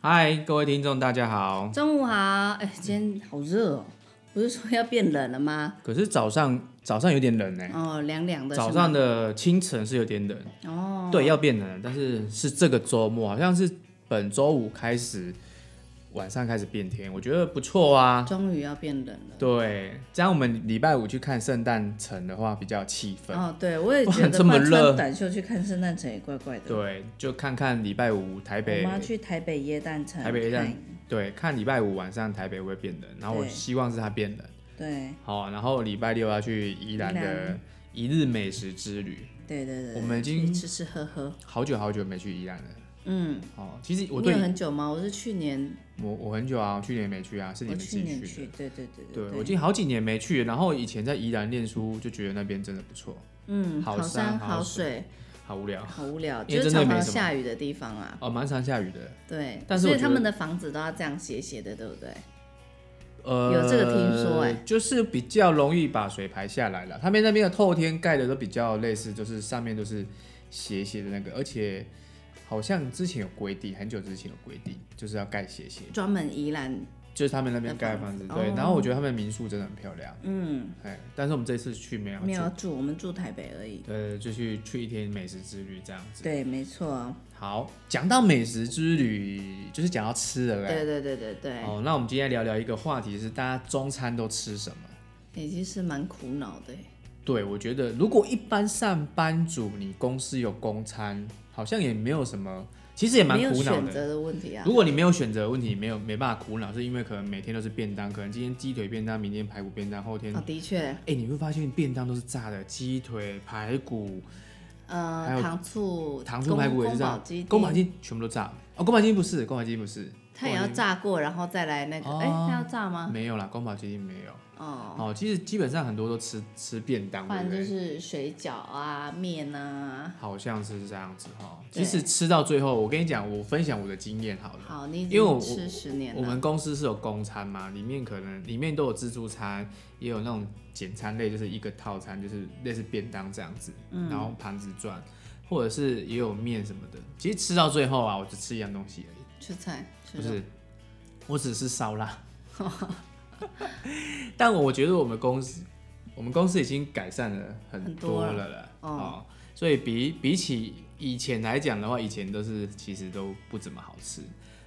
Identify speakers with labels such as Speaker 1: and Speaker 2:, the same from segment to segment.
Speaker 1: 嗨，各位听众，大家好。
Speaker 2: 中午好，哎、今天好热哦，不是说要变冷了吗？
Speaker 1: 可是早上早上有点冷呢、
Speaker 2: 哦，凉凉的。
Speaker 1: 早上的清晨是有点冷，
Speaker 2: 是吗哦，
Speaker 1: 对，要变冷了，但是是这个周末，好像是本周五开始，晚上开始变天，我觉得不错啊。
Speaker 2: 终于要变冷了。
Speaker 1: 对，这样我们礼拜五去看圣诞城的话比较有气氛。
Speaker 2: 哦，对，我也
Speaker 1: 哇
Speaker 2: 觉得
Speaker 1: 这么
Speaker 2: 怕
Speaker 1: 热
Speaker 2: 穿短袖去看圣诞城也怪怪的。，
Speaker 1: 对，就看看礼拜五台北
Speaker 2: 我们要去台北耶诞城看。
Speaker 1: 台北耶诞对，看礼拜五晚上台北会不会变冷，然后我
Speaker 2: 对
Speaker 1: 希望是它变冷。
Speaker 2: 对
Speaker 1: 好，然后礼拜六要去宜兰
Speaker 2: 宜
Speaker 1: 的
Speaker 2: 兰
Speaker 1: 一日美食之旅，
Speaker 2: 对对对，
Speaker 1: 我们已
Speaker 2: 去
Speaker 1: 经
Speaker 2: 吃吃喝喝。
Speaker 1: 好久好久没去宜兰了。
Speaker 2: 嗯，
Speaker 1: 哦，其实我
Speaker 2: 你有
Speaker 1: 对
Speaker 2: 很久吗？我是去年，
Speaker 1: 我我很久啊，去年没去啊，是你
Speaker 2: 我
Speaker 1: 们自
Speaker 2: 去
Speaker 1: 己
Speaker 2: 年
Speaker 1: 去的。
Speaker 2: 去，对对对
Speaker 1: 对，
Speaker 2: 对。
Speaker 1: 我已经好几年没去，然后以前在宜兰念书，就觉得那边真的不错，
Speaker 2: 嗯，
Speaker 1: 好
Speaker 2: 好
Speaker 1: 山好
Speaker 2: 好水，
Speaker 1: 好无 聊
Speaker 2: 好无聊，
Speaker 1: 因为
Speaker 2: 就是
Speaker 1: 真的
Speaker 2: 常
Speaker 1: 没
Speaker 2: 常
Speaker 1: 什么
Speaker 2: 下雨的地方啊。
Speaker 1: 哦，蛮常下雨的。
Speaker 2: 对，
Speaker 1: 但是我
Speaker 2: 所以他
Speaker 1: 觉得
Speaker 2: 们的房子都要这样斜斜的，对不对？
Speaker 1: 呃，
Speaker 2: 有这个听说哎
Speaker 1: 就是比较容易把水排下来了。他们那边的透天盖的都比较类似，就是上面都是斜斜的那个，而且好像之前有规定，很久之前有规定，就是要盖斜斜，
Speaker 2: 专门宜兰，
Speaker 1: 就是他们那边盖的
Speaker 2: 那
Speaker 1: 房
Speaker 2: 房
Speaker 1: 子。
Speaker 2: 子
Speaker 1: 对，
Speaker 2: 哦
Speaker 1: 然后我觉得他们民宿真的很漂亮，
Speaker 2: 嗯，
Speaker 1: 哎，但是我们这次去没有
Speaker 2: 没有
Speaker 1: 住，
Speaker 2: 住，我们住台北而已。
Speaker 1: 呃，就去去一天美食之旅这样子。
Speaker 2: 对，没错，
Speaker 1: 好，讲到美食之旅，就是讲到吃的嘞。
Speaker 2: 对对对对对，
Speaker 1: 哦，那我们今天聊聊一个话题是，大家中餐都吃什么？
Speaker 2: 也其实蛮苦恼的耶。
Speaker 1: 对，我觉得如果一般上班族，你公司有公餐，好像也没有什么，其实也蛮
Speaker 2: 没有
Speaker 1: 苦恼
Speaker 2: 选
Speaker 1: 的。
Speaker 2: 择的问题啊
Speaker 1: 如。果你没有选择的问题，没有没办法苦恼，是因为可能每天都是便当，可能今天鸡腿便当，明天排骨便当，后天，哎、
Speaker 2: 哦，的确，
Speaker 1: 你会发现便当都是炸的，鸡腿、排骨、还有
Speaker 2: 呃，糖醋
Speaker 1: 糖醋排骨也是
Speaker 2: 宫
Speaker 1: 这
Speaker 2: 保
Speaker 1: 样
Speaker 2: 鸡，
Speaker 1: 宫保
Speaker 2: 丁，
Speaker 1: 鸡全部都炸。哦，宫保鸡丁不是，宫保鸡丁不是，
Speaker 2: 它也要
Speaker 1: 宫
Speaker 2: 炸过，然后再来那个，哎，
Speaker 1: 哦
Speaker 2: 它要炸
Speaker 1: 保鸡
Speaker 2: 吗
Speaker 1: 丁。？没有啦，宫保鸡丁没有。
Speaker 2: 哦，
Speaker 1: 哦，其实基本上很多都吃吃便当，
Speaker 2: 不
Speaker 1: 对
Speaker 2: 然
Speaker 1: 不对？
Speaker 2: 就是水饺啊、面啊。
Speaker 1: 好像是这样子哈。其
Speaker 2: 对
Speaker 1: 实吃到最后，我跟你讲，我分享我的经验好了。
Speaker 2: 好，啊你已
Speaker 1: 因为我
Speaker 2: 经吃十年
Speaker 1: 我们
Speaker 2: 了。
Speaker 1: 公司是有公餐嘛，里面可能里面都有自助餐，也有那种简餐类，就是一个套餐，就是类似便当这样子，
Speaker 2: 嗯
Speaker 1: 然后盘子转，或者是也有面什么的。其实吃到最后啊，我只吃一样东西而已，
Speaker 2: 吃菜，吃
Speaker 1: 不
Speaker 2: 肉。
Speaker 1: 是，我只是烧腊。 但我觉得我们公司，我们公司已经改善了很
Speaker 2: 很多
Speaker 1: 多
Speaker 2: 了
Speaker 1: 了啦，
Speaker 2: 哦
Speaker 1: 哦，所以比比起以前来讲的话，以前都是其实都不怎么好吃，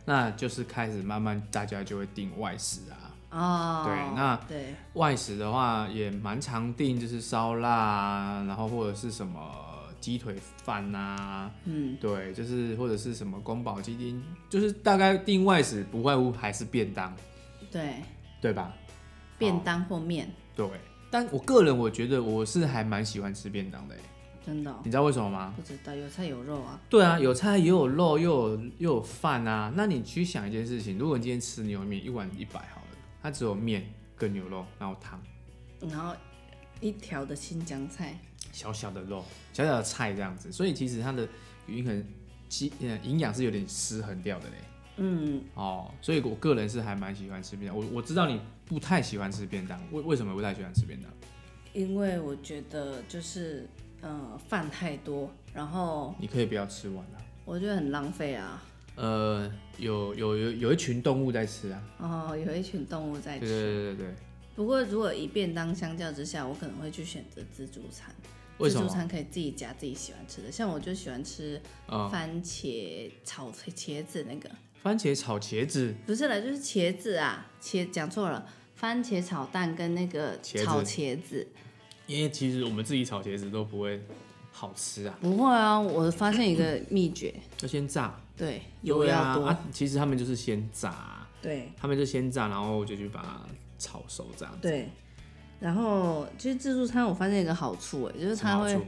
Speaker 1: 那就是开始慢慢大家就会订外食啊，
Speaker 2: 哦，
Speaker 1: 对那
Speaker 2: 对
Speaker 1: 外食的话也蛮常订，就是烧腊啊，然后或者是什么鸡腿饭啊，嗯，对，就是或者是什么宫保鸡丁，就是大概订外食不外乎还是便当，
Speaker 2: 对，
Speaker 1: 对吧？
Speaker 2: 便当或面，
Speaker 1: 对，但我个人我觉得我是还蛮喜欢吃便当的耶，欸
Speaker 2: 真的哦
Speaker 1: 你知道为什么吗？
Speaker 2: 不知道有菜有肉啊。
Speaker 1: 对啊，有菜也有肉，又有又有饭啊。那你去想一件事情，如果你今天吃牛肉面一碗一百好了，它只有面跟牛肉，然后汤，
Speaker 2: 然后一条的新疆菜，
Speaker 1: 小小的肉，小小的菜这样子，所以其实它的均衡基呃营养是有点失衡掉的嘞。
Speaker 2: 嗯，
Speaker 1: 哦，所以我个人是还蛮喜欢吃便当。我我知道你不太喜欢吃便当，为为什么不太喜欢吃便当？
Speaker 2: 因为我觉得就是呃饭太多，然后
Speaker 1: 你可以不要吃完啊。
Speaker 2: 我觉得很浪费啊。
Speaker 1: 呃，有有有有一群动物在吃啊，
Speaker 2: 哦，有一群动物在
Speaker 1: 对
Speaker 2: 吃。
Speaker 1: 对对对对，
Speaker 2: 不过如果以便当相较之下，我可能会去选择自助餐。
Speaker 1: 为什
Speaker 2: 自助
Speaker 1: 么？
Speaker 2: 餐可以自己夹自己喜欢吃的，像我就喜欢吃
Speaker 1: 嗯，
Speaker 2: 番茄炒茄子那个，
Speaker 1: 番茄炒茄子，
Speaker 2: 不是啦，就是茄子啊，茄讲错了，番茄炒蛋跟那个
Speaker 1: 茄子
Speaker 2: 炒茄子。
Speaker 1: 因为其实我们自己炒茄子都不会好吃啊，
Speaker 2: 不会啊，我发现一个秘诀，
Speaker 1: 要先炸，
Speaker 2: 对，油
Speaker 1: 对
Speaker 2: 要
Speaker 1: 啊
Speaker 2: 多，
Speaker 1: 啊。其实他们就是先炸，啊
Speaker 2: 对
Speaker 1: 他们就先炸，然后就去把它炒熟这样。
Speaker 2: 对。然后其实自助餐我发现一个好处哎，就是
Speaker 1: 什么
Speaker 2: 它
Speaker 1: 好
Speaker 2: 会
Speaker 1: 处嗯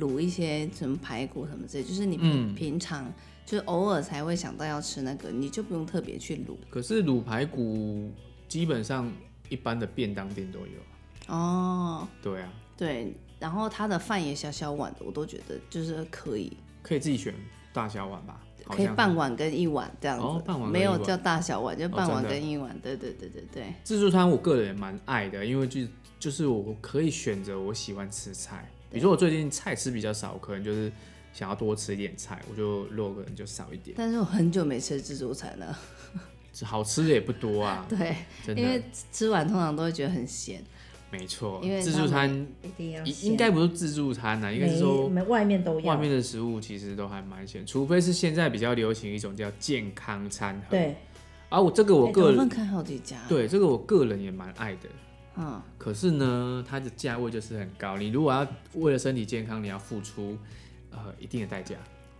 Speaker 2: 卤一些什么排骨什么之类，就是你平、平常就是偶尔才会想到要吃那个，你就不用特别去卤
Speaker 1: 可是卤排骨基本上一般的便当店都有啊，
Speaker 2: 哦。
Speaker 1: 对啊，
Speaker 2: 对，然后它的饭也小小碗的，我都觉得就是可以，
Speaker 1: 可以自己选大小碗吧，好
Speaker 2: 可以
Speaker 1: 像
Speaker 2: 半碗跟一碗这样子，
Speaker 1: 哦半碗跟
Speaker 2: 没
Speaker 1: 一
Speaker 2: 有
Speaker 1: 碗
Speaker 2: 叫大小碗，就
Speaker 1: 哦
Speaker 2: 半
Speaker 1: 真
Speaker 2: 碗
Speaker 1: 的
Speaker 2: 跟一碗。对对对对对，
Speaker 1: 自助餐我个人也蛮爱的，因为就就是我可以选择我喜欢吃菜，比如说我最近菜吃比较少，我可能就是想要多吃一点菜，我就肉可能就少一点，
Speaker 2: 但是我很久没吃自助餐了，，
Speaker 1: 好吃的也不多啊
Speaker 2: 对，
Speaker 1: 真
Speaker 2: 因为
Speaker 1: 的，
Speaker 2: 吃完通常都会觉得很咸，
Speaker 1: 没错，
Speaker 2: 因为
Speaker 1: 自
Speaker 2: 他
Speaker 1: 助
Speaker 2: 们
Speaker 1: 餐
Speaker 3: 一定要
Speaker 1: 应
Speaker 3: 先
Speaker 1: 应该不是自助餐啊，应该是说
Speaker 3: 每每外面都要
Speaker 1: 外面的食物其实都还蛮咸，除非是现在比较流行一种叫健康餐盒。，
Speaker 3: 对，
Speaker 1: 啊，我这个我
Speaker 3: 哎
Speaker 1: 个
Speaker 2: 我
Speaker 1: 人、
Speaker 2: 们看好几家，，
Speaker 1: 对这个我个人也蛮爱的，
Speaker 2: 嗯，
Speaker 1: 可是呢，它的价位就是很高。你如果要为了身体健康，你要付出呃一定的代价。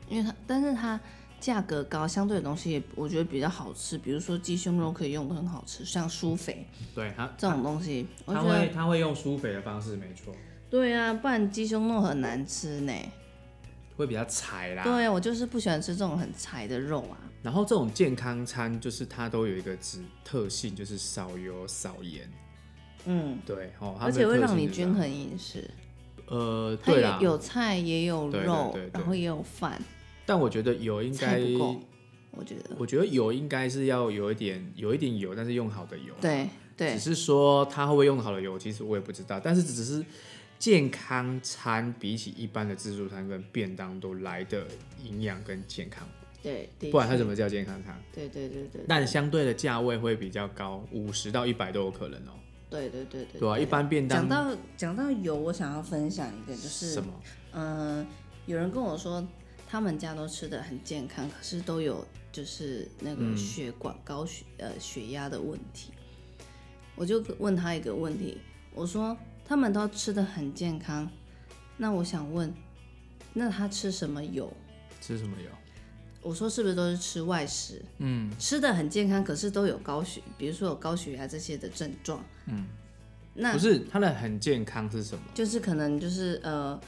Speaker 2: 因为它，但是它价格高，相对的东西也我觉得比较好吃，比如说鸡胸肉可以用的很好吃，像苏肥
Speaker 1: 对它，
Speaker 2: 这种东西，我
Speaker 1: 它
Speaker 2: 觉
Speaker 1: 会
Speaker 2: 得
Speaker 1: 它会用疏肥的方式，没错，
Speaker 2: 对啊，不然鸡胸肉很难吃呢。
Speaker 1: 会比较柴啦。
Speaker 2: 对，我就是不喜欢吃这种很柴的肉啊。
Speaker 1: 然后这种健康餐就是它都有一个值特性，就是少油少盐。
Speaker 2: 嗯，
Speaker 1: 对，哦，它
Speaker 2: 而
Speaker 1: 们
Speaker 2: 且
Speaker 1: 的
Speaker 2: 会
Speaker 1: 特
Speaker 2: 让
Speaker 1: 性
Speaker 2: 你
Speaker 1: 是这
Speaker 2: 均
Speaker 1: 样。
Speaker 2: 衡饮食，
Speaker 1: 呃，
Speaker 2: 它
Speaker 1: 对
Speaker 2: 也
Speaker 1: 啦，
Speaker 2: 有菜也有
Speaker 1: 对对
Speaker 2: 肉
Speaker 1: 对对，
Speaker 2: 然后也有饭，
Speaker 1: 但我觉得油应
Speaker 2: 菜
Speaker 1: 该
Speaker 2: 不够，我觉得。
Speaker 1: 我觉得油应该是要有一点有一点油，但是用好的油。，
Speaker 2: 对对
Speaker 1: 只，是说它会不会用好的油，其实我也不知道。但是只是健康餐比起一般的自助餐跟便当都来的营养跟健康，
Speaker 2: 对，的
Speaker 1: 不然它
Speaker 2: 确
Speaker 1: 怎么叫健康餐？
Speaker 2: 对对对对，
Speaker 1: 但相对的价位会比较高，五十到一百都有可能哦、
Speaker 2: 对对对对
Speaker 1: 对啊吧、一般便当
Speaker 2: 讲到讲到油，我想要分享一个，就是
Speaker 1: 什么？
Speaker 2: 嗯、有人跟我说他们家都吃的很健康，可是都有就是那
Speaker 1: 嗯
Speaker 2: 个血管高血、呃血压的问题。我就问他一个问题，我说他们都吃的很健康，那我想问，那他吃什么油？
Speaker 1: 吃什么油？
Speaker 2: 我说是不是都是吃外食？嗯，吃的很健康，可是都有高血，比如说有高血压这些的症状。嗯，那
Speaker 1: 不是它的很健康是什么？
Speaker 2: 就是可能就是呃，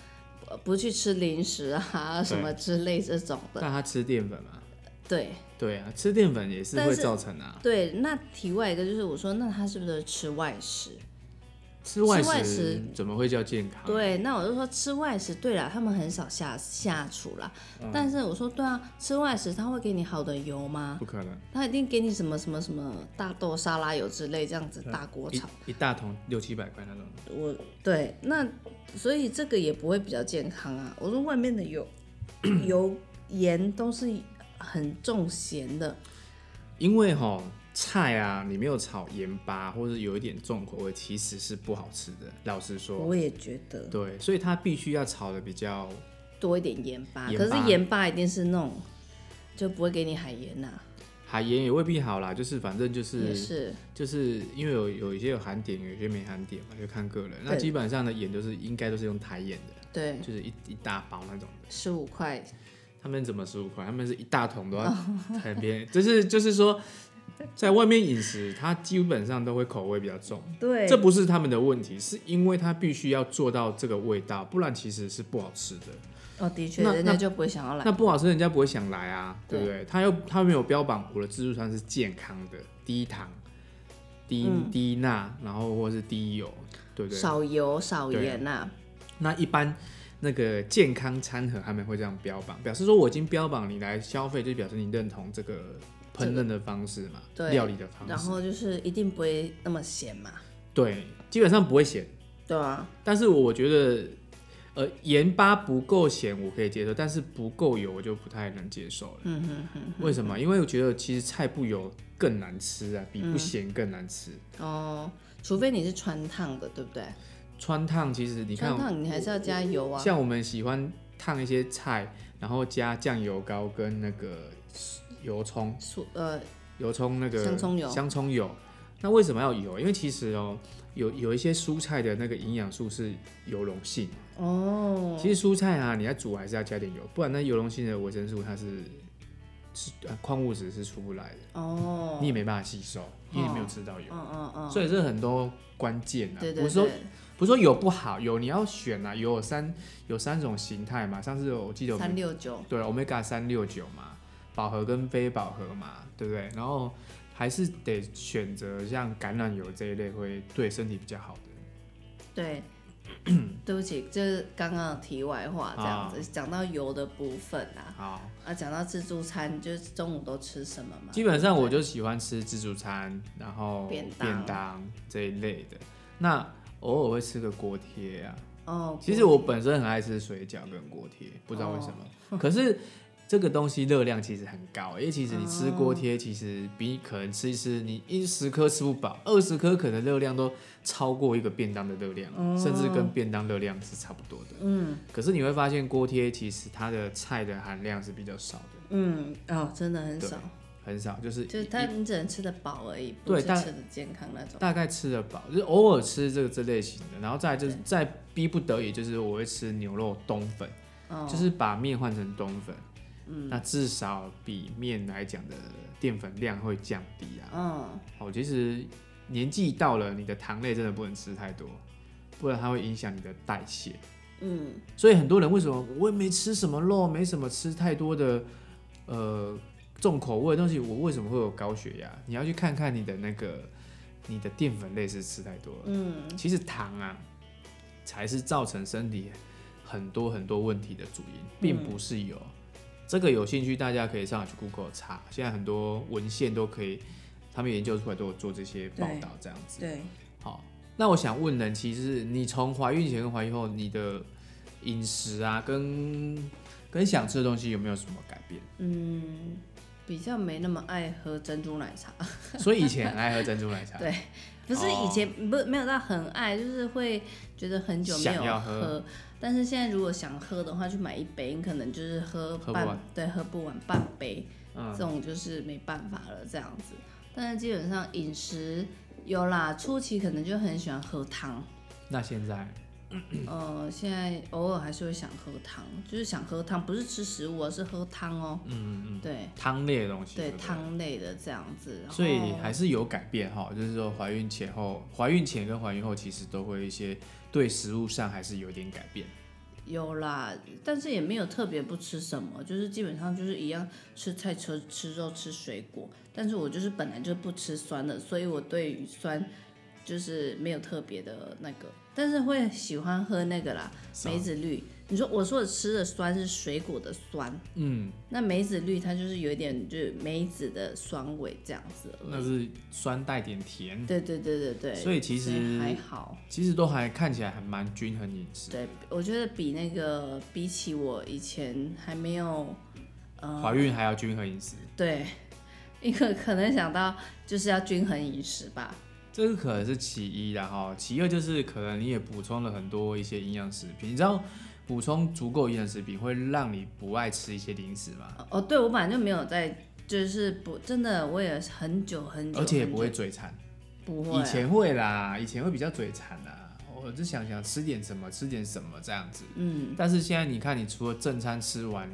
Speaker 2: 不不去吃零食啊什么之类这种的。
Speaker 1: 但它吃淀粉嘛？
Speaker 2: 对
Speaker 1: 对啊，吃淀粉也是
Speaker 2: 但
Speaker 1: 会
Speaker 2: 是
Speaker 1: 造成啊。
Speaker 2: 对，那题外一个就是我说，那他是不是都是吃外食？
Speaker 1: 吃外
Speaker 2: 吃外
Speaker 1: 食
Speaker 2: 食
Speaker 1: 怎么会叫健康？
Speaker 2: 对，啊那我就说吃外食，对啦，他们很少下下厨啦。但是我说对啊，吃外食他会给你好的油吗？
Speaker 1: 不可能，
Speaker 2: 他一定给你什么什么什么大豆沙拉油之类这样子大锅炒。
Speaker 1: 一一大桶六七百块那种，
Speaker 2: 我对，那所以这个也不会比较健康啊。我说外面的油 油盐都是很重咸的，
Speaker 1: 因为哈菜啊，你没有炒盐巴或者有一点重口味，其实是不好吃的。老实说，
Speaker 2: 我也觉得
Speaker 1: 啊对，所以它必须要炒的比较，
Speaker 2: 多一点盐巴，
Speaker 1: 盐
Speaker 2: 可
Speaker 1: 巴
Speaker 2: 是盐巴一定是那种就不会给你海盐呐、
Speaker 1: 海盐也未必好啦，就是反正就
Speaker 2: 也
Speaker 1: 是
Speaker 2: 是
Speaker 1: 就是因为有有一些有含碘，有一些没含碘嘛，就看个人。那
Speaker 2: 对嗯
Speaker 1: 基本上的盐就是应该都是用台盐的，
Speaker 2: 对，
Speaker 1: 就是一一大包那种的。
Speaker 2: 十五块
Speaker 1: 他们怎么十五块？他们是一大桶都要
Speaker 2: 哦
Speaker 1: 很便宜，就是就是说，在外面饮食，它基本上都会口味比较重。
Speaker 3: 对，
Speaker 1: 这不是他们的问题，是因为他必须要做到这个味道，不然其实是不好吃的。
Speaker 2: 哦，的确，
Speaker 1: 那
Speaker 2: 人家
Speaker 1: 那
Speaker 2: 就不会想要来
Speaker 1: 那。不好吃，人家不会想来啊，对
Speaker 2: 对
Speaker 1: 不对？他又他没有标榜我的自助餐是健康的，低糖、低、低钠，然后或是低油，对不对？
Speaker 2: 嗯少油少
Speaker 1: 对啊
Speaker 2: 盐呐、
Speaker 1: 那一般那个健康餐盒他们会这样标榜，表示说我已经标榜你来消费，就表示你认同这个烹饪的方式嘛，
Speaker 2: 对
Speaker 1: 料理的方式，
Speaker 2: 然后就是一定不会那么咸嘛，
Speaker 1: 对，基本上不会咸。
Speaker 2: 对啊，
Speaker 1: 但是我觉得，呃，盐巴不够咸我可以接受，但是不够油我就不太能接受了。嗯为什么？因为我觉得其实菜不油更难吃啊，比不咸更难吃。
Speaker 2: 哦，除非你是穿烫的，对不对？
Speaker 1: 川烫其实你看
Speaker 2: 穿，烫你还是要加油啊，
Speaker 1: 像我们喜欢烫一些菜，然后加酱油膏跟那个油葱，
Speaker 2: 素呃
Speaker 1: 油葱那个
Speaker 2: 香葱油
Speaker 1: 香葱油。那为什么要油？因为其实哦、有有一些蔬菜的那个营养素是油溶性。
Speaker 2: 哦，
Speaker 1: 其实蔬菜啊，你要煮还是要加点油，不然那油溶性的维生素它是是呃矿物质是出不来的，
Speaker 2: 哦，
Speaker 1: 你也没办法吸收，因为你没有吃到油，
Speaker 2: 嗯嗯嗯，
Speaker 1: 所以这很多关键啊，
Speaker 2: 对
Speaker 1: 不
Speaker 2: 对
Speaker 1: 是说
Speaker 2: 对，
Speaker 1: 不是说油不好，油你要选啊，油有三有三种形态嘛，上次有我记得我
Speaker 2: 三
Speaker 1: 们
Speaker 2: 六九，
Speaker 1: 对 omega 三六九嘛，饱和跟非饱和嘛，对不对？然后还是得选择像橄榄油这一类会对身体比较好的。
Speaker 2: 对。对不起，这是刚刚的题外话，这样子
Speaker 1: 啊
Speaker 2: 讲到油的部分啊，
Speaker 1: 好，
Speaker 2: 啊，讲到自助餐，就是中午都吃什么嘛？
Speaker 1: 基本上我就喜欢吃自助餐，然后
Speaker 2: 便
Speaker 1: 便
Speaker 2: 当
Speaker 1: 当这一类的。那偶尔会吃个锅贴啊，
Speaker 2: 哦，
Speaker 1: 其实我本身很爱吃水饺跟锅贴，不知道为什
Speaker 2: 哦
Speaker 1: 么。 可是这个东西热量其实很高，因为其实你吃锅
Speaker 2: 哦
Speaker 1: 贴，其实比可能吃一吃，你一十颗吃不饱，二十颗可能热量都超过一个便当的热量，甚至跟便当热量是差不多的。
Speaker 2: 哦嗯
Speaker 1: 可是你会发现锅贴其实它的菜的含量是比较少的，
Speaker 2: 嗯哦，真的很
Speaker 1: 对
Speaker 2: 少，
Speaker 1: 很少，就是
Speaker 2: 就是
Speaker 1: 一
Speaker 2: 它你只能吃得饱而已，不
Speaker 1: 对
Speaker 2: 是
Speaker 1: 但
Speaker 2: 吃的健康那种。
Speaker 1: 大概吃得饱，就是偶尔吃这个这类型的，然后再来就是再逼不得已，就是我会吃牛肉冬粉，
Speaker 2: 哦，嗯
Speaker 1: 就是把面换成冬粉，那至少比面来讲的淀粉量会降低啊。
Speaker 2: 嗯，
Speaker 1: 哦，其实年纪到了，你的糖类真的不能吃太多，不然它会影响你的代谢。
Speaker 2: 嗯，
Speaker 1: 所以很多人为什么我也没吃什么肉，没什么吃太多的呃重口味的东西，我为什么会有高血压？你要去看看你的那个你的淀粉类是吃太多了。
Speaker 2: 嗯，
Speaker 1: 其实糖啊才是造成身体很多很多问题的主因，
Speaker 2: 嗯
Speaker 1: 并不是油。这个有兴趣大家可以上去 Google 查，现在很多文献都可以，他们研究出来都有做这些报道，这样子。
Speaker 2: 对，
Speaker 1: 好，那我想问人，其实你从怀孕前跟怀孕后，你的饮食啊，跟跟想吃的东西有没有什么改变？
Speaker 2: 嗯，比较没那么爱喝珍珠奶茶，
Speaker 1: 所以以前很爱喝珍珠奶茶，
Speaker 2: 对不是
Speaker 1: 哦
Speaker 2: 以前、不没有到很爱，就是会觉得很久没
Speaker 1: 想
Speaker 2: 有
Speaker 1: 要
Speaker 2: 喝，
Speaker 1: 喝
Speaker 2: 但是现在如果想喝的话，去买一杯，你可能就是喝
Speaker 1: 喝不
Speaker 2: 半
Speaker 1: 完
Speaker 2: 对喝不完半杯，
Speaker 1: 嗯
Speaker 2: 这种就是没办法了这样子。但是基本上饮食有啦，初期可能就很喜欢喝汤，
Speaker 1: 那现在
Speaker 2: 呃，现在偶尔还是会想喝汤，就是想喝汤，不是吃食物，而是喝汤哦、
Speaker 1: 嗯嗯，
Speaker 2: 对
Speaker 1: 汤类的东西，
Speaker 2: 对，
Speaker 1: 不。
Speaker 2: 汤类的这样子，然后
Speaker 1: 所以还是有改变哈，就是说怀孕前后、怀孕前跟怀孕后，其实都会一些对食物上还是有点改变。
Speaker 2: 有啦，但是也没有特别不吃什么，就是基本上就是一样吃菜、吃吃肉、吃水果。但是我就是本来就不吃酸的，所以我对于酸就是没有特别的那个，但是会喜欢喝那个啦，
Speaker 1: 啥
Speaker 2: 梅子绿。你说我说的吃的酸是水果的酸，
Speaker 1: 嗯，
Speaker 2: 那梅子绿它就是有一点就是梅子的酸味这样子而已。
Speaker 1: 那是酸带点甜，
Speaker 2: 对对对对对，
Speaker 1: 所以其实
Speaker 2: 还好。
Speaker 1: 其实都还看起来还蛮均衡饮食。
Speaker 2: 对，我觉得比那个比起我以前还没有，呃，
Speaker 1: 怀孕还要均衡饮食，
Speaker 2: 对，一个可能想到就是要均衡饮食吧，
Speaker 1: 这个可能是其一啦哈。其二就是可能你也补充了很多一些营养食品，你知道补充足够营养食品会让你不爱吃一些零食吗？
Speaker 2: 哦，对我本来就没有在，就是不真的，我也是很久很久，
Speaker 1: 而且也
Speaker 2: 很
Speaker 1: 不会
Speaker 2: 久
Speaker 1: 嘴馋。
Speaker 2: 不会啊、
Speaker 1: 以前会啦，以前会比较嘴馋啦，我就想想吃点什么，吃点什么这样子。
Speaker 2: 嗯，
Speaker 1: 但是现在你看，你除了正餐吃完，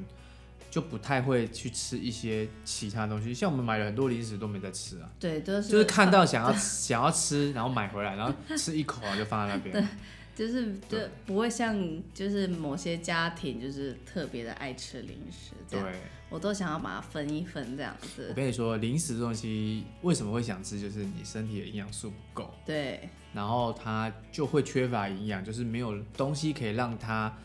Speaker 1: 就不太会去吃一些其他东西。像我们买了很多零食都没在吃啊，
Speaker 2: 对，都是
Speaker 1: 就是看 到想要想要吃，然后买回来，然后吃一口啊就放在 那边。
Speaker 2: 就是就
Speaker 1: 对
Speaker 2: 不会像就是某些家庭就是特别的爱吃零食这
Speaker 1: 对
Speaker 2: 样，，我都想要把它分一分这样
Speaker 1: 我
Speaker 2: 子，
Speaker 1: 跟你说，零食这东西为什么会想吃，就是你身体的营养素不够，
Speaker 2: 对，
Speaker 1: 然后它就会缺乏营养，就是没有东西可以让它。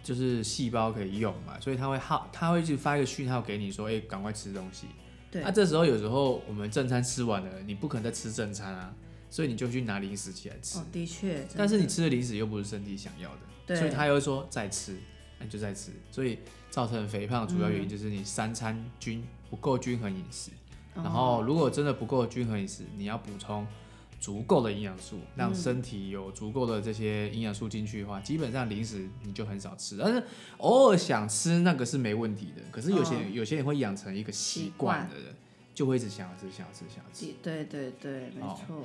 Speaker 1: 就是细胞可以用嘛，所以它会号，它会去发一个讯号给你说，哎、赶快吃东西。
Speaker 2: 对，
Speaker 1: 那、这时候有时候我们正餐吃完了，你不可能再吃正餐啊，所以你就去拿零食起来吃。
Speaker 2: 哦，的确，真
Speaker 1: 但是
Speaker 2: 的
Speaker 1: 你吃的零食又不是身体想要的，
Speaker 2: 对
Speaker 1: 所以他又会说再吃，那你就再吃。所以造成肥胖的主要原
Speaker 2: 嗯
Speaker 1: 因就是你三餐均不够均衡饮食。
Speaker 2: 哦
Speaker 1: 然后如果真的不够均衡饮食，你要补充足够的营养素，让身体有足够的这些营养素进去的话，基本上零食你就很少吃。但是偶尔想吃那个是没问题的，可是有些、
Speaker 2: 嗯
Speaker 1: 有些人会养成一个习惯的人，就会一直想要吃，想要吃，想要吃。
Speaker 2: 的对对对，没
Speaker 1: 哦
Speaker 2: 错。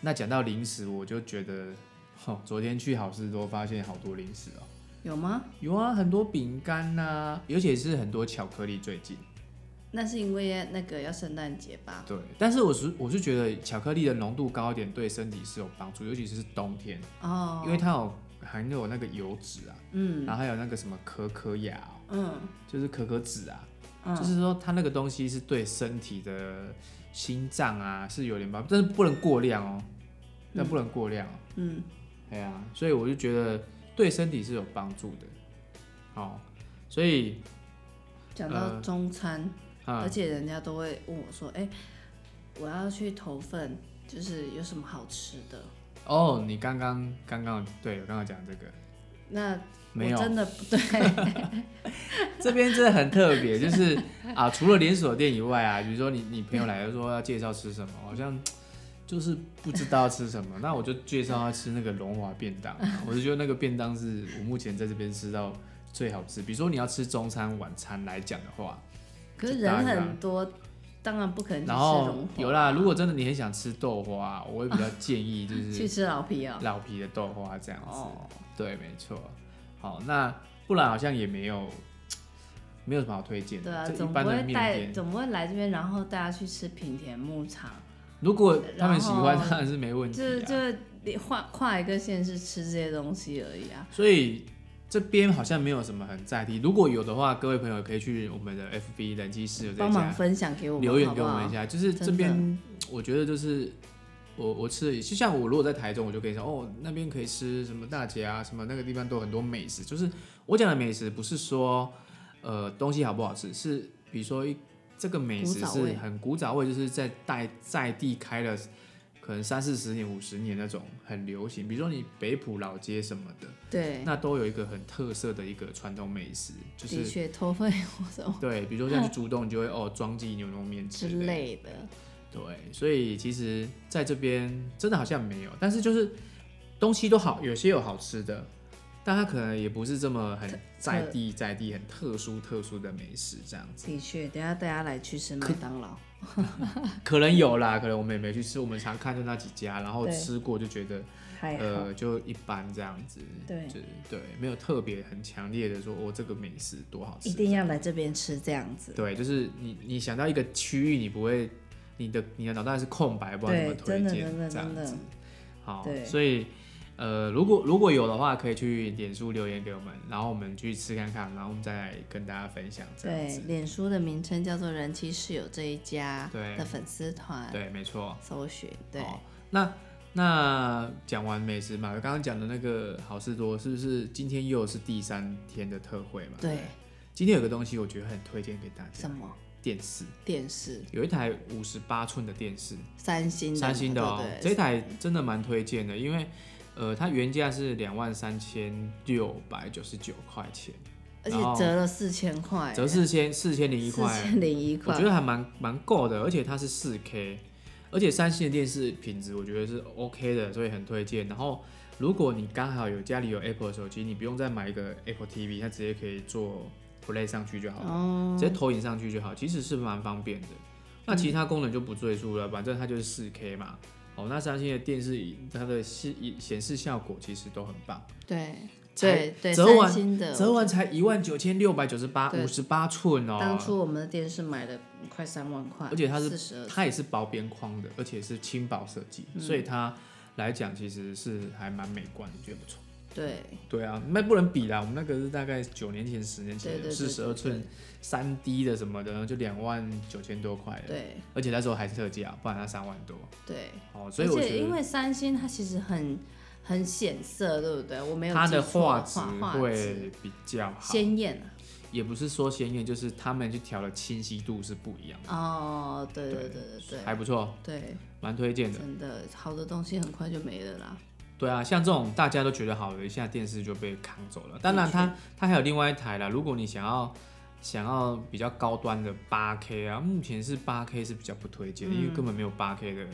Speaker 1: 那讲到零食，我就觉得， 哦，昨天去好事多发现好多零食哦，
Speaker 2: 有吗？
Speaker 1: 有啊，很多饼干呐，尤其是很多巧克力。最近，
Speaker 2: 那是因为那个要圣诞节吧？
Speaker 1: 对，但是我是我是觉得巧克力的浓度高一点对身体是有帮助，尤其是冬天，
Speaker 2: 哦，
Speaker 1: 因为它有含有那个油脂啊，
Speaker 2: 嗯
Speaker 1: 然后还有那个什么可可亚哦、
Speaker 2: 嗯
Speaker 1: 就是可可脂啊，
Speaker 2: 嗯，
Speaker 1: 就是说它那个东西是对身体的心脏啊是有点帮，但是不能过量哦，但不能过量哦。
Speaker 2: 嗯
Speaker 1: 对啊，所以我就觉得对身体是有帮助的。好、所以
Speaker 2: 讲
Speaker 1: 呃
Speaker 2: 到中餐，
Speaker 1: 啊、
Speaker 2: 而且人家都会问我说：“哎、我要去投份，就是有什么好吃的？”
Speaker 1: 哦，你刚刚刚刚对我刚刚讲这个，
Speaker 2: 那
Speaker 1: 没有
Speaker 2: 我真的不对，
Speaker 1: 这边真的很特别，就是 啊，除了连锁店以外啊，比如说你你朋友来就说要介绍吃什么，好像就是不知道要吃什么，那我就介绍他吃那个龙华便当 啊，我就觉得那个便当是我目前在这边吃到最好吃。比如说你要吃中餐、晚餐来讲的话，
Speaker 2: 可是
Speaker 1: 就大
Speaker 2: 人
Speaker 1: 家
Speaker 2: 很多，当然不可能去吃
Speaker 1: 然后
Speaker 2: 龙啊华
Speaker 1: 有啦，如果真的你很想吃豆花，我会比较建议就
Speaker 2: 去
Speaker 1: 是
Speaker 2: 吃老皮哦。
Speaker 1: 老皮的豆花这样子。
Speaker 2: 哦，
Speaker 1: 对，没错。好，那不然好像也没有没有什么好推荐的。
Speaker 2: 对啊，
Speaker 1: 这一
Speaker 2: 总不
Speaker 1: 般的
Speaker 2: 会
Speaker 1: 面
Speaker 2: 带，
Speaker 1: 店，
Speaker 2: 总不会来这边，然后带他去吃品田牧场，
Speaker 1: 如果他们喜欢，
Speaker 2: 然后
Speaker 1: 当然是没问题、
Speaker 2: 就
Speaker 1: 啊。
Speaker 2: 就你跨跨一个县市吃这些东西而已啊。
Speaker 1: 所以这边好像没有什么很在地，如果有的话，各位朋友可以去我们的 FB 人机室有这
Speaker 2: 帮忙
Speaker 1: 家
Speaker 2: 分享给我们，
Speaker 1: 留言
Speaker 2: 好
Speaker 1: 给
Speaker 2: 不
Speaker 1: 我
Speaker 2: 好？
Speaker 1: 们一下。就是这
Speaker 2: 真的
Speaker 1: 边，我觉得就是我我吃了，就像我如果在台中，我就可以说哦，那边可以吃什么大姐啊，什么那个地方都有很多美食。就是我讲的美食，不是说呃东西好不好吃，是比如说一这个美食
Speaker 2: 古早
Speaker 1: 是
Speaker 2: 味
Speaker 1: 很古早味，就是在在在地开了可能三四十年、五十年那种很流行。比如说你北浦老街什么的，
Speaker 2: 对，
Speaker 1: 那都有一个很特色的一个传统美食，就
Speaker 2: 的
Speaker 1: 是。
Speaker 2: 确偷分我什么
Speaker 1: 对，比如说像去竹东，你就会哦，庄记牛肉面
Speaker 2: 之
Speaker 1: 类的
Speaker 2: 类的，
Speaker 1: 对，所以其实在这边真的好像没有，但是就是东西都好，有些有好吃的，但它可能也不是这么很在地在地很特殊特殊的美食这样 子，
Speaker 2: 的确，等一下大家来去吃麦当劳，
Speaker 1: 可能有啦，可能我们也没去吃，我们常看就那几家，然后
Speaker 2: 对
Speaker 1: 吃过就觉得
Speaker 2: 还好，
Speaker 1: 呃就一般这样子，
Speaker 2: 对
Speaker 1: 就是对，没有特别很强烈的说哦这个美食多好吃
Speaker 2: 一，定要来这边吃这样子。
Speaker 1: 对，就是你你想到一个区域，你不会你的你的脑袋是空白，不知道怎么
Speaker 2: 对，
Speaker 1: 推
Speaker 2: 真的
Speaker 1: 荐
Speaker 2: 真的
Speaker 1: 这样
Speaker 2: 真的
Speaker 1: 子。，好，
Speaker 2: 对
Speaker 1: 所以呃，如果如果有的话，可以去脸书留言给我们，然后我们去吃看看，然后我们再来跟大家分享这样
Speaker 2: 对
Speaker 1: 子。，
Speaker 2: 脸书的名称叫做“人妻室友”这一家
Speaker 1: 对
Speaker 2: 的粉丝团，
Speaker 1: 对，哦没错。
Speaker 2: 搜寻对。
Speaker 1: 好那那讲完美食嘛，刚刚讲的那个好事多，是不是今天又是第三天的特惠嘛？
Speaker 2: 对
Speaker 1: 不，今天有个东西我觉得很推荐给大家
Speaker 2: 什，么
Speaker 1: 电视
Speaker 2: 电视？
Speaker 1: 有一台五十八寸的电视，
Speaker 2: 三星的嘛，
Speaker 1: 三星的哦、
Speaker 2: 对不
Speaker 1: 这
Speaker 2: 对
Speaker 1: 台真的蛮推荐的，因为呃，它原价是两万三千六百九十九块钱，
Speaker 2: 而
Speaker 1: 然后
Speaker 2: 且折了四千块，
Speaker 1: 折四千四千零一块，
Speaker 2: 四千零一
Speaker 1: 我
Speaker 2: 块
Speaker 1: 觉，得还蛮蛮够的，而且它是四 K，而且三星的电视品质我觉得是 OK 的，所以很推荐。然后如果你刚好有家里有 Apple 手机，你不用再买一个 Apple TV，它直接可以做 Play 上去就好了。
Speaker 2: 哦，
Speaker 1: 直接投影上去就好，其实是蛮方便的。那其他功能就不赘述了，反正它就是四 K 嘛。哦，那三星的电视它的视显示效果其实都很棒，
Speaker 2: 对
Speaker 1: 才
Speaker 2: 对对，
Speaker 1: 折完
Speaker 2: 三星的。
Speaker 1: 折完才一万九千六百九十八，
Speaker 2: 对
Speaker 1: 五十八寸
Speaker 2: 当
Speaker 1: 哦，
Speaker 2: 初我们的电视买了快三万块，
Speaker 1: 而且它是
Speaker 2: 四十二，
Speaker 1: 它也是薄边框的，而且是轻薄设计，
Speaker 2: 嗯
Speaker 1: 所以它来讲其实是还蛮美观的，觉得不错。
Speaker 2: 对
Speaker 1: 对啊，那不能比啦，我们那个是大概九年前、十年
Speaker 2: 对
Speaker 1: 前
Speaker 2: 对对
Speaker 1: 四十二
Speaker 2: 对对
Speaker 1: 寸三 D 的什么的，就两万九千多块了，
Speaker 2: 对
Speaker 1: 而且那时候还是特价，啊不然它三万多。
Speaker 2: 对，
Speaker 1: 哦，所以
Speaker 2: 而
Speaker 1: 我
Speaker 2: 且
Speaker 1: 觉
Speaker 2: 因
Speaker 1: 得
Speaker 2: 为三星它其实很很显色，对不对？我没有
Speaker 1: 它
Speaker 2: 记
Speaker 1: 的
Speaker 2: 错
Speaker 1: 画
Speaker 2: 的
Speaker 1: 质
Speaker 2: 话画质
Speaker 1: 会比较好，
Speaker 2: 鲜艳啊。
Speaker 1: 也不是说鲜艳，就是他们去调的清晰度是不一样的，
Speaker 2: 哦，对对
Speaker 1: 对
Speaker 2: 对对
Speaker 1: 还不错，
Speaker 2: 对
Speaker 1: 蛮推荐的。
Speaker 2: 对，真的好的东西很快就没了啦。
Speaker 1: 对啊，像这种大家都觉得好的，一下电视就被扛走了。当然
Speaker 2: 的确
Speaker 1: 它它还有另外一台啦，如果你想要。想要比较高端的八 K 啊，目前是八 K 是比较不推荐
Speaker 2: 嗯
Speaker 1: 的，因为根本没有八 K 的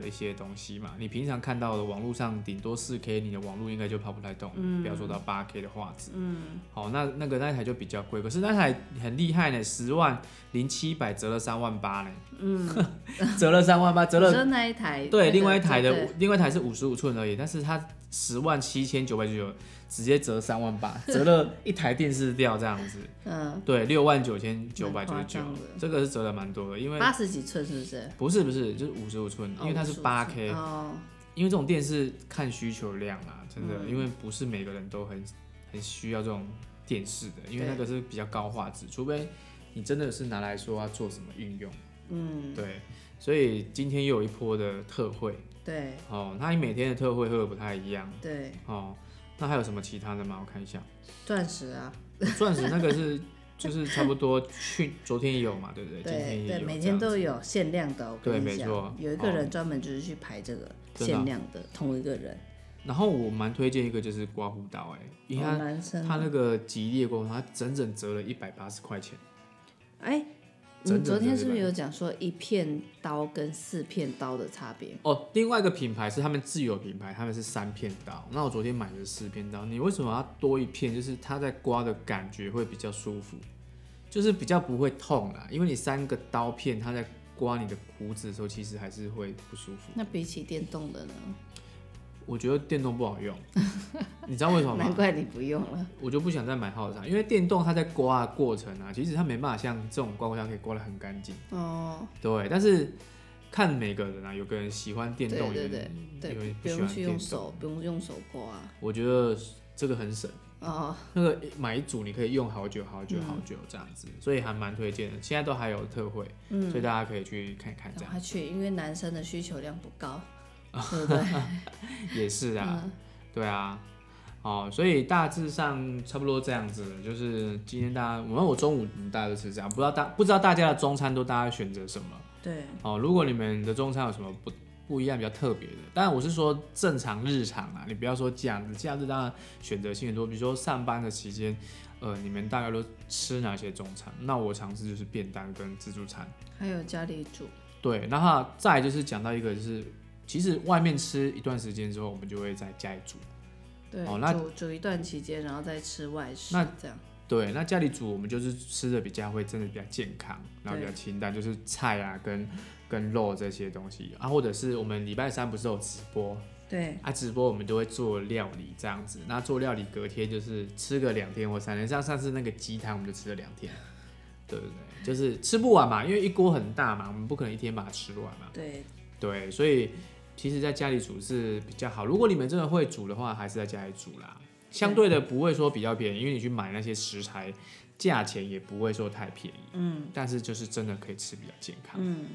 Speaker 1: 的一些东西嘛。你平常看到的网络上顶多四 K，你的网络应该就跑不太动，不要说到八 K 的画质。
Speaker 2: 嗯，
Speaker 1: 好，那那个那台就比较贵，可是那台很厉害呢，十万零七百折了三万八呢，嗯， 折了三万八，折
Speaker 2: 我
Speaker 1: 了
Speaker 2: 说那一台，那
Speaker 1: 对
Speaker 2: 个
Speaker 1: 另外一台的
Speaker 2: 对
Speaker 1: 五，另外一台是五十五寸而已，但是它十万七千九百九十九，直接折三万 八，折了一台电视掉这样子，
Speaker 2: 嗯，
Speaker 1: 对，六万九千九百九十
Speaker 2: 蛮夸
Speaker 1: 九
Speaker 2: 张的，
Speaker 1: 这个是折的蛮多的，因为
Speaker 2: 八十几寸是不是？
Speaker 1: 不是不是就是五十五寸，因为它是
Speaker 2: 哦
Speaker 1: 八
Speaker 2: 55寸
Speaker 1: K，
Speaker 2: 哦，
Speaker 1: 因为这种电视看需求量啦，真的，
Speaker 2: 嗯
Speaker 1: 因为不是每个人都很很需要这种电视的，因为
Speaker 2: 对
Speaker 1: 那个是比较高画质，除非你真的是拿来说要做什么运用，
Speaker 2: 嗯，
Speaker 1: 对，所以今天又有一波的特惠
Speaker 2: 对
Speaker 1: 哦，它每天的特惠会不会不太一样
Speaker 2: 对，
Speaker 1: 哦。那还有什么其他的吗？我看一下，
Speaker 2: 钻石啊，
Speaker 1: 钻石那个是就是差不多去昨天也有嘛，对不对？今天
Speaker 2: 对
Speaker 1: 也有这样
Speaker 2: 对，
Speaker 1: 子，
Speaker 2: 每天都有限量的哦，我
Speaker 1: 对
Speaker 2: 跟
Speaker 1: 没
Speaker 2: 你讲
Speaker 1: 错，
Speaker 2: 有一个
Speaker 1: 哦
Speaker 2: 人专门就是去排这个
Speaker 1: 真的啊
Speaker 2: 限量的，同一个人，
Speaker 1: 然后我蛮推荐一个就是刮胡刀、哎，因为
Speaker 2: 哦
Speaker 1: 它
Speaker 2: 男生
Speaker 1: 它那
Speaker 2: 哦，
Speaker 1: 个吉列刮胡刀，它整整折了一百八十块钱。
Speaker 2: 哎，
Speaker 1: 整整
Speaker 2: 你昨天
Speaker 1: 的
Speaker 2: 是不是
Speaker 1: 100
Speaker 2: 有讲说一片刀跟四片刀的差别？
Speaker 1: 哦，另外一个品牌是他们自有品牌，他们是三片刀。那我昨天买的是四片刀，你为什么要多一片？就是它在刮的感觉会比较舒服，就是比较不会痛啦。因为你三个刀片，它在刮你的胡子的时候，其实还是会不舒服。
Speaker 2: 那比起电动的呢？
Speaker 1: 我觉得电动不好 用，你知道为什么
Speaker 2: 难
Speaker 1: 吗？
Speaker 2: 怪你不用了。
Speaker 1: 我就不想再买耗材，因为电动它在刮的过程啊，其实它没办法像这种刮胡刀可以刮得很干净。
Speaker 2: 哦，
Speaker 1: 对，但是看每个人啊，有个人喜欢电
Speaker 2: 对
Speaker 1: 动，
Speaker 2: 对
Speaker 1: 有
Speaker 2: 对
Speaker 1: 人
Speaker 2: 对
Speaker 1: 有人，
Speaker 2: 不
Speaker 1: 喜
Speaker 2: 用
Speaker 1: 欢
Speaker 2: 去
Speaker 1: 电
Speaker 2: 用
Speaker 1: 动
Speaker 2: 手，不用用手刮啊。
Speaker 1: 我觉得这个很省，
Speaker 2: 哦，
Speaker 1: 那个买一组你可以用好久好久好久这样子，所以还蛮推荐的。现在都还有特惠，所以大家可以去看一看，这
Speaker 2: 赶
Speaker 1: 样、
Speaker 2: 快去，因为男生的需求量不 高，对不对？
Speaker 1: 也是啊，对啊。哦，所以大致上差不多这样子，就是今天大家，我们我中午大家都吃这样，不知道大不知道大家的中餐都大家选择什么
Speaker 2: 对，
Speaker 1: 哦。如果你们的中餐有什么不不一样、比较特别的，当然我是说正常日常啊，你不要说假日，假日当然选择性很多，比如说上班的期间，呃，你们大概都吃哪些中餐？那我尝试就是便当跟自助餐。
Speaker 2: 还有家里煮，
Speaker 1: 对，然后再来就是讲到一个就是，其实外面吃一段时间之后，我们就会在家里煮。
Speaker 2: 对，
Speaker 1: 哦那
Speaker 2: 煮煮一段期间，然后再吃外食
Speaker 1: 那，
Speaker 2: 这样。
Speaker 1: 对，那家里煮我们就是吃的比较会真的比较健康，然后比
Speaker 2: 对
Speaker 1: 较清淡，就是菜啊跟跟肉这些东西啊，或者是我们礼拜三不是有直播
Speaker 2: 对，
Speaker 1: 啊，直播我们就会做料理这样子，那做料理隔天就是吃个两天或三天，像上次那个鸡汤我们就吃了两天，对不对？就是吃不完嘛，因为一锅很大嘛，我们不可能一天把它吃完嘛，
Speaker 2: 对，
Speaker 1: 对，所以其实在家里煮是比较好。如果你们真的会煮的话，还是在家里煮啦。相对的不会说比较便宜，因为你去买那些食材，价钱也不会说太便宜，
Speaker 2: 嗯
Speaker 1: 但是就是真的可以吃比较健康，
Speaker 2: 嗯，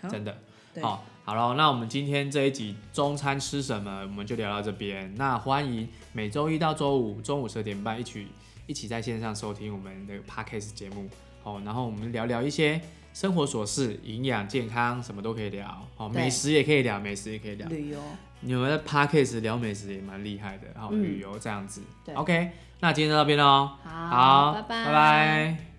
Speaker 2: 好，
Speaker 1: 真的。
Speaker 2: 对
Speaker 1: 好、好了，那我们今天这一集中餐吃什么，我们就聊到这边。那欢迎每周一到周五中午十二点半一起一起在线上收听我们的 podcast 节目哦，然后我们聊聊一些生活琐事、营养、健康，什么都可以聊哦，
Speaker 2: 对
Speaker 1: 美食也可以聊，美食也可以聊。
Speaker 2: 旅游，
Speaker 1: 你们在 podcast 聊美食也蛮厉害的，好、
Speaker 2: 嗯
Speaker 1: 旅游这样子。
Speaker 2: 对
Speaker 1: OK，那今天就到这边喽。
Speaker 2: 好，
Speaker 1: 好，
Speaker 2: 拜拜，
Speaker 1: 拜拜